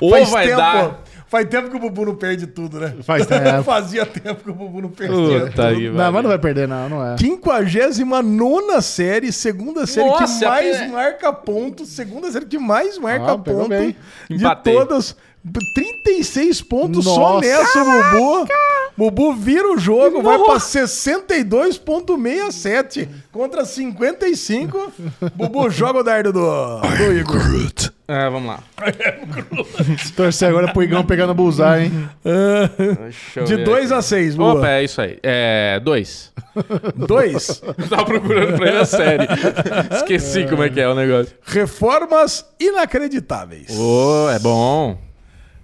Ou vai dar.
Faz tempo que o Bubu não perde tudo, né?
Faz tempo.
Fazia tempo que o Bubu não perdia.
Puta aí,
Não, mas não vai perder, não, não é.
59 série, segunda série que
Nossa,
mais
é-
marca ponto, segunda série que mais marca
Ah, pegou
ponto
bem.
de
Empatei.
todas. 36 pontos só
Nossa.
nessa, Bubu. Bubu vira o jogo, vai pra 62.67 contra 55. Bubu joga o dardo do, do Igor.
É, vamos lá.
Torcer agora pro Igão pegando bullseye, hein?
Deixa eu
É, De
ver
2
aqui.
a 6, Bubu.
Opa, é isso aí. É, dois.
2.
Eu tava procurando pra ele a série. Esqueci como é que é o negócio.
Reformas inacreditáveis.
Ô, é bom.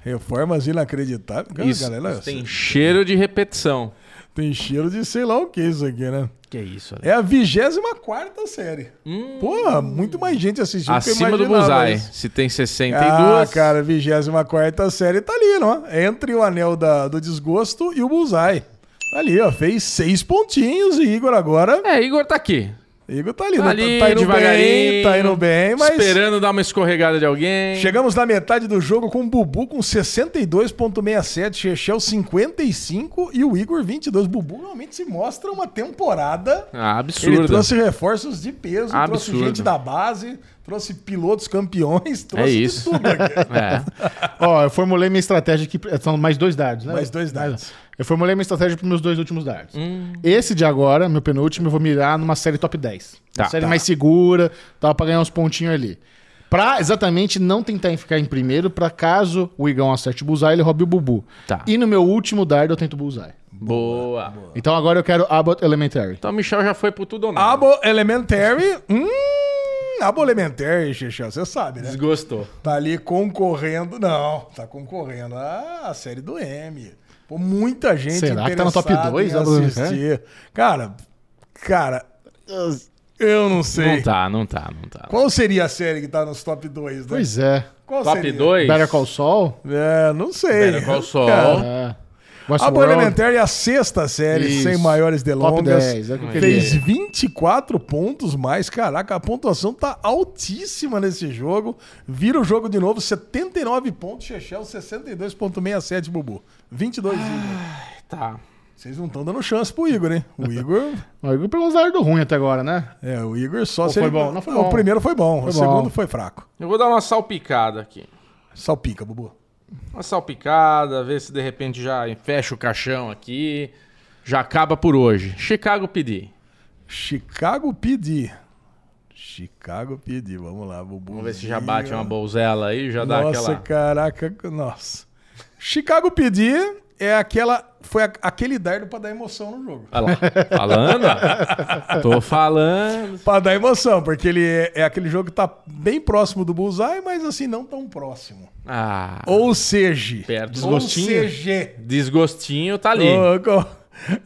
Reformas inacreditáveis. Cara,
Isso,
galera,
isso tem cheiro de repetição.
Tem cheiro de sei lá o que isso aqui, né?
Que isso, Ale? Hum.
É a 24 série. Porra, muito mais gente assistindo que eu
Acima do
imaginava
Bullseye.
isso.
Se tem 62.
Tipo, Ah, cara, 24 série tá ali, não é? Entre o anel da- do desgosto e o Bullseye. Tá ali, ó. Fez seis pontinhos e Igor agora.
É, Igor tá aqui.
Igor tá ali,
Tá
não-
ali,
tá indo
devagarinho.
bem, tá indo bem, mas.
Esperando dar uma escorregada de alguém.
Chegamos na metade do jogo com o Bubu com 62,67, Chechel 55 e o Igor 22. Bubu realmente se mostra uma temporada
Ah,
Ele
absurdo.
trouxe reforços de peso, trouxe
Absurdo.
gente da base, trouxe pilotos campeões, trouxe
É
de
isso.
tudo aqui.
É.
Ó, eu formulei minha estratégia aqui. é, São mais dois dados, né?
Mais dois dados.
Eu formulei minha estratégia pros meus dois últimos dados. Esse de agora, meu penúltimo, eu vou mirar numa série top 10.
Tá,
uma série
tá.
mais segura, tal, pra ganhar uns pontinhos ali. Pra exatamente não tentar em ficar em primeiro, pra caso o Igão acerte o bullseye, ele roube o Bubu.
Tá.
E no meu último dardo eu tento o bullseye.
Boa.
Então agora eu quero Abbott Elementary.
Então o Michel já foi pro tudo ou nada.
Abo Elementary. Hum, Abo Elementary, Xixão, você sabe, né?
Desgostou.
Tá ali concorrendo. Não, tá concorrendo a, série do M. Pô, muita gente
Será que tá no top
interessada em
dois, Abo
assistir. Cara, cara, eu não sei.
Não tá, não tá, não tá.
Qual seria a série que tá nos top 2, né?
Pois é.
Qual
Top
seria?
2?
Better Call Saul?
É, não sei.
Better Call Saul.
Cara,
É.
A
Westworld?
Boa Elementar é a sexta série,
Isso.
sem maiores
Top
delongas.
10. É o que eu queria.
Fez 24 pontos mais, caraca, a pontuação tá altíssima nesse jogo. Vira o jogo de novo, 79 pontos, Chechel 62.67, Bubu.
Ah.
22 Igor.
Tá.
Vocês não estão dando chance pro Igor, hein? O Igor,
O Igor pegou uns dardos ruins até agora, né?
é, o Igor só
Ou
se
foi
ele-
bom? Não foi
O
bom.
primeiro foi bom, o
Foi bom.
segundo foi fraco.
Eu vou dar uma salpicada aqui.
Salpica, Bubu.
Uma salpicada, ver se de repente já fecha o caixão aqui. Já acaba por hoje. Chicago PD.
Chicago PD. Chicago PD, vamos lá, Bubu.
Vamos ver se já bate uma bolzela aí, já dá
Nossa,
aquela.
caraca, nossa. Chicago PD é aquela. Foi a- aquele dardo pra dar emoção no jogo.
Olha lá. Falando? ó. Tô falando.
Pra dar emoção, porque ele é, é aquele jogo que tá bem próximo do Bullseye, mas assim, não tão próximo.
Ah,
Ou seja.
perto.
Ou
Desgostinho?
seja.
Desgostinho tá ali.
ô, co-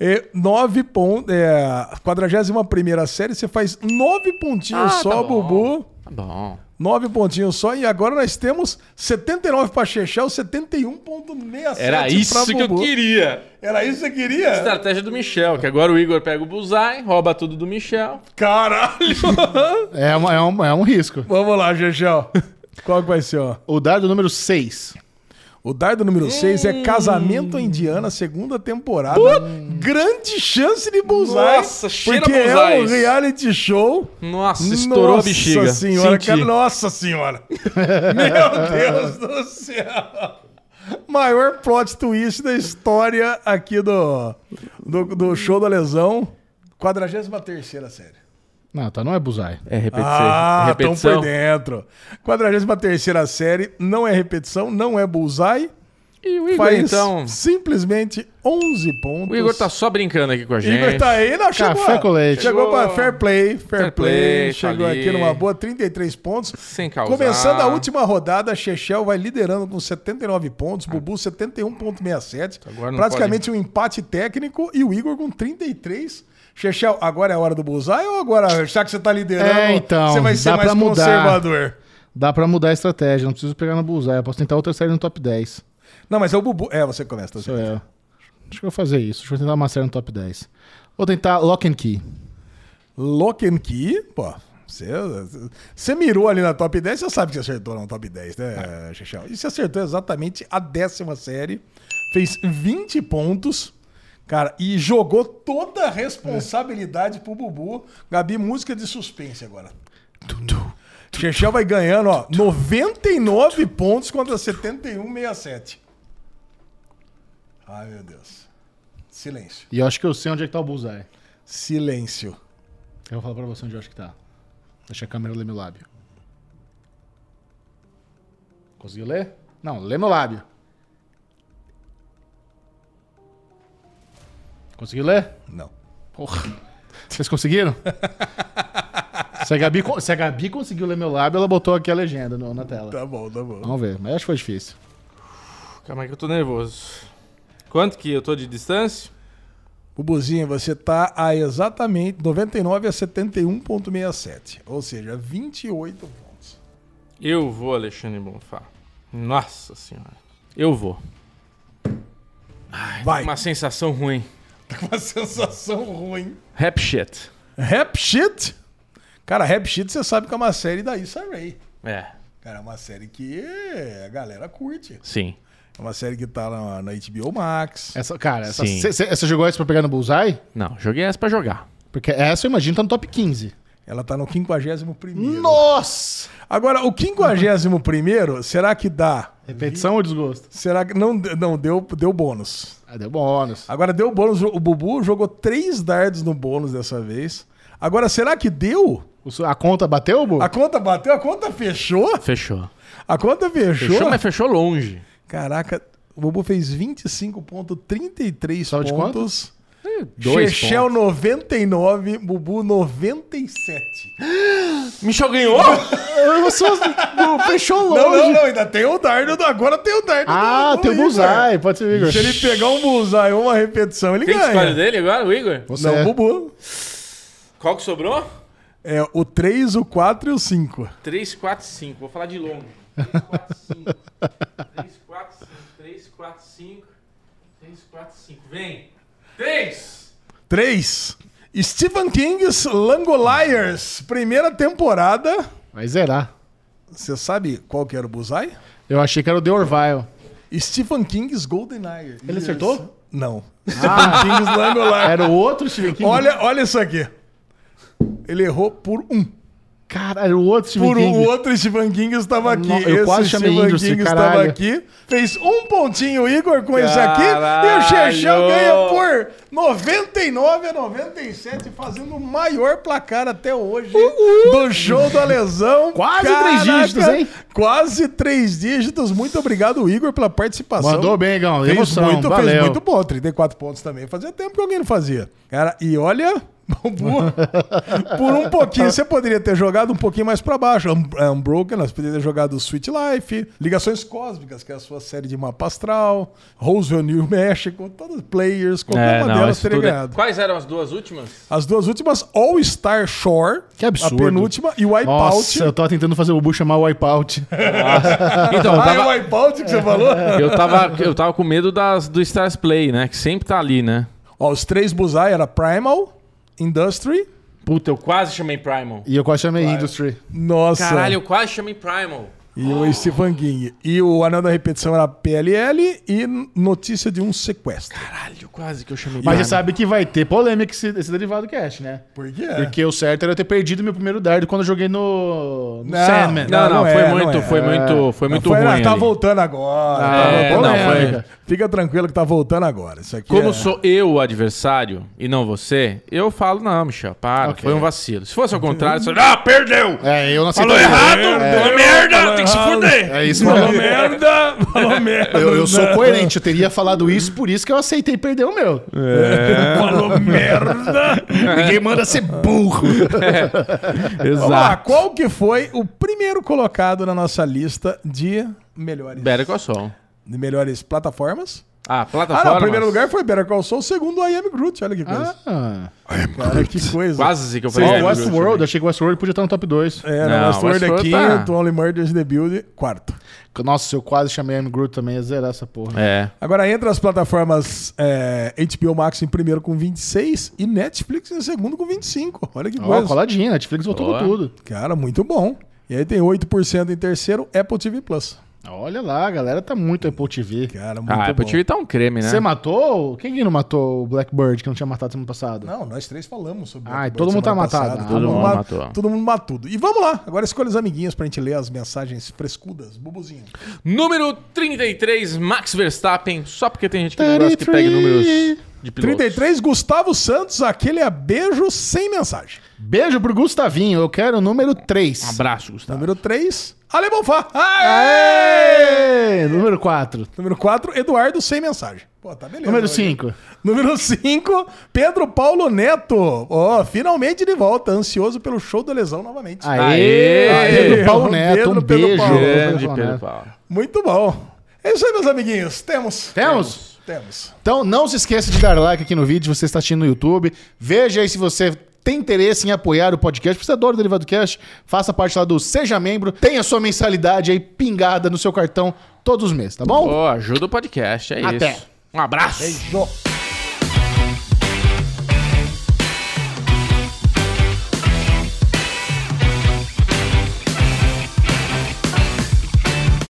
é, nove pontos. É, 41 série, você faz nove pontinhos
Ah,
só,
tá bom.
Bubu.
Tá bom.
Nove pontinhos só. E agora nós temos 79 pra Chechel, 71,67.
Era isso
pra
que eu
Bubu.
queria.
Era isso que você queria?
Estratégia do Michel, que agora o Igor pega o Bullseye, rouba tudo do Michel.
Caralho!
É, uma- é um, é um risco.
Vamos lá, Gegel. Qual que vai ser, ó?
O dardo número 6.
O dardo número 6 é Casamento à Indiana, segunda temporada. Grande chance de bullseye.
Nossa, cheira
Porque é um
bullseyes.
reality show.
Nossa, estourou a bexiga.
Nossa senhora,
Senti.
cara, nossa senhora. Meu Deus do céu. Maior plot twist da história aqui do, do, do show da lesão. 43ª série.
Não, tá, não é bullseye.
É repetição.
Ah, estão
repetição.
por dentro. 43 série, não é repetição, não é bullseye.
E o Igor,
Faz
então.
simplesmente 11 pontos.
O Igor tá só brincando aqui com a
O Igor
gente.
tá aí, não, chegou.
Café com leite.
Chegou pra Fair Play, Fair, Play,
Fair play,
chegou
tá ali.
aqui numa boa, 33 pontos.
Sem causar.
Começando a última rodada, Chechel vai liderando com 79 pontos,
Ah.
Bubu 71,67.
Então
Agora não
Praticamente um empate técnico e o Igor com 33. Chechel, agora é a hora do bullseye ou agora, já que você tá liderando,
É, então,
você vai ser
dá
mais
pra mudar.
conservador?
Dá pra mudar a estratégia, não preciso pegar na bullseye. Eu posso tentar outra série no top 10.
Não, mas é o Bubu. É, você começa. Tá
Sou
certo.
eu. Acho que eu vou fazer isso. Deixa eu tentar uma série no top 10. Vou tentar Lock and Key.
Lock and Key, pô. Você, você mirou ali na top 10, você sabe que você acertou na top 10, né, Xixão? E você acertou exatamente a décima série, fez 20 pontos, cara, e jogou toda a responsabilidade pro Bubu. Gabi, música de suspense agora. Xexel vai ganhando, ó, 99 pontos contra 71,67. Ai, meu Deus. Silêncio.
E eu acho que eu sei onde é que tá o bullseye.
Silêncio.
Eu vou falar pra você onde eu acho que tá. Deixa a câmera ler meu lábio. Conseguiu ler? Não, lê meu lábio. Conseguiu ler?
Não.
Porra. Vocês conseguiram? se, a Gabi, con- se a Gabi conseguiu ler meu lábio, ela botou aqui a legenda no- na tela.
Tá bom, tá bom.
Vamos ver, mas acho que foi difícil.
Calma aí que eu tô nervoso. Quanto que eu tô de distância?
Bubuzinho, você tá a exatamente 99 a 71,67. Ou seja, 28 pontos.
Eu vou, Alexandre Bonfá. Nossa senhora. Eu vou.
Vai.
Uma sensação ruim.
Uma sensação ruim.
Rap shit.
Rap Shit? Cara, Rap Shit você sabe que é uma série da Issa Rae.
É,
Cara, é uma série que a galera curte.
sim.
É uma série que tá na, na HBO Max.
Essa, cara, essa,
Sim.
cê- cê- você jogou essa pra pegar no Bullseye?
Não, joguei essa pra jogar.
Porque essa eu imagino tá no top 15.
Ela tá no 51º.
Nossa!
Agora, o 51º, será que dá?
Repetição ou desgosto?
Será que... Não, não deu, deu bônus.
Ah, deu bônus.
Agora deu bônus. O Bubu jogou três dardos no bônus dessa vez. Agora, será que deu?
O su- A conta bateu, Bu?
A conta bateu? A conta fechou?
Fechou.
A conta fechou?
Fechou, mas fechou longe.
Caraca, o Bubu fez 25,33
Saldo de
pontos.
Dois
Chechel 99, Bubu 97.
pontos. Michel ganhou?
Eu sou- Bu, Fechou longe.
Não, não, não, ainda tem o dardo. do- Agora tem o dardo.
Ah,
do- do
tem o
Igor.
Bullseye, pode ser o Igor.
Se ele pegar um bullseye ou uma repetição, ele
Quem que escolhe
ganha.
dele agora, o Igor?
Você
Não,
é.
o Bubu.
Qual que sobrou?
É o 3, o 4 e o 5.
3, 4, 5. Vou falar de longo. 3, 4, 5. 3, 4, 5. 3, 4, 5. 3, 4, 5. Vem. 3.
3. Stephen King's Langoliers, primeira temporada.
Vai zerar.
Você sabe qual que era o Bullseye?
Eu achei que era o The Orville.
Stephen King's Golden Eye.
Ele acertou?
Não. Stephen King's Langoliers.
Era o outro Steven King?
Olha, olha isso aqui. Ele errou por um.
Cara, era o outro Steven
Por um,
King.
o outro Stephen King estava aqui.
Não, eu quase chamei
Stephen
Indústria,
King estava
caralho.
aqui. Fez um pontinho o Igor com esse aqui. E o
Caralho!
Xexão ganha por 99 a 97, fazendo o maior placar até hoje do show do Alesão.
Quase três dígitos, hein?
Quase três dígitos. Muito obrigado, Igor, pela participação.
Mandou bem, Igão.
Fez
Emoção,
muito,
valeu.
fez muito bom. 34 pontos também. Fazia tempo que alguém não fazia. Cara, e olha. Bubu, Por um pouquinho, você poderia ter jogado um pouquinho mais pra baixo. Um- é, Unbroken, nós poderíamos ter jogado Sweet Life, Ligações Cósmicas, que é a sua série de mapa astral, Roswell, New Mexico, todos os players,
É,
qualquer
É,
uma delas teria ganhado.
Quais eram as duas últimas?
As duas últimas, All Star Shore,
Que absurdo.
a penúltima, e Wipeout.
Nossa, eu tava tentando fazer o Bubu chamar o Wipeout.
Então, eu
Ah, é
tava,
Wipeout que você falou?
eu tava, eu tava com medo das, do Stars Play, né? Que sempre tá ali, né?
Ó, os três Buzai era Primal, Industry.
Puta, eu quase chamei Primal.
E eu quase chamei Industry.
Nossa.
Caralho, eu quase chamei Primal.
E o Stephen King. E o Anel da Repetição era PLL e Notícia de um Sequestro.
Caralho, quase que eu chamei
Mas
Primal.
você sabe que vai ter polêmica esse, esse derivado cast, né?
Por quê?
É.
Porque o certo era eu ter perdido meu primeiro dardo quando eu joguei no, no
Não.
Sandman.
Não, não,
Não, não
foi,
é, não
muito,
é.
foi muito, foi muito,
Foi, ah,
ruim.
Tá
ali.
voltando agora.
Ah,
tá
é,
voltando
não,
agora.
foi-
Fica tranquilo que tá voltando agora. Isso aqui
Como
é-
sou eu o adversário e não você, eu falo, não, Michel, para,
Ok.
foi um vacilo. Se fosse ao contrário, você. Ah, perdeu!
É, eu não aceitei.
Falou errado!
É.
Falou merda! Tem que
se fuder.
É isso
Falou
mesmo.
merda, falou merda.
Eu, eu sou coerente, eu teria falado isso, por isso que eu aceitei perder o meu.
Falou merda.
Ninguém manda ser burro.
Vamos lá,
Exato.
qual que foi o primeiro colocado na nossa lista de melhores,
Better Call Saul.
de melhores plataformas?
Ah,
Ah,
plataforma.
não, o primeiro lugar foi Better Call Saul, o segundo I Am Groot, olha que coisa.
Ah,
Cara, que coisa.
Quase que eu
Ó,
falei. Better Call Saul.
Westworld, achei que o Westworld podia estar no top 2.
É,
Não,
na Westworld é
Westworld tá.
quinto, Only Murders in the Build, quarto.
Nossa, eu quase chamei M. Groot também, ia zerar essa porra.
É.
Agora, entre as plataformas, é, HBO Max em primeiro com 26 e Netflix em segundo com 25. Olha que
Ó,
coisa.
coladinha, Netflix voltou
Ó.
com tudo.
Cara, muito bom. E aí tem 8% em terceiro, Apple TV Plus.
Olha lá, a galera tá muito Apple TV.
Cara, muito
Ah,
bom.
Apple TV tá um creme, né?
Você matou? Quem que não matou o Blackbird, que não tinha matado semana passada?
Não, nós três falamos sobre
Ah, e
Blackbird
todo mundo tá
semana
matado.
passada.
Ah,
Todo
todo
mundo
mundo
ma-
matou.
Todo mundo mata tudo. E vamos lá. Agora escolha os amiguinhos pra gente ler as mensagens frescudas. Bubuzinho.
Número 33, Max Verstappen. Só porque tem gente que não gosta que pega
33.
números de pilotos.
33, Gustavo Santos. Aquele é beijo sem mensagem.
Beijo pro Gustavinho, eu quero o número 3.
Um abraço, Gustavo.
Número 3, Alemão Fá.
Aê! Número 4.
Número 4, Eduardo sem mensagem. Pô, tá beleza.
Número
hoje.
5.
Número 5, Pedro Paulo Neto. Ó, finalmente de volta, ansioso pelo show da lesão novamente.
Ah. Aê!
Aê!
Pedro Paulo
Pedro,
Neto, um
Pedro
beijo.
Paulo.
Grande
Paulo
né?
Pedro
Neto.
Paulo.
Muito bom. É isso aí, meus amiguinhos. Temos.
Temos?
Temos.
Então não se esqueça de dar like aqui no vídeo, se você está assistindo no YouTube. Veja aí se você tem interesse em apoiar o podcast, porque você adora o Derivado Cash, faça parte lá do Seja Membro, tenha sua mensalidade aí pingada no seu cartão todos os meses, tá bom?
Pô, ajuda o podcast, é
Até.
É
isso. Um abraço.
Beijo.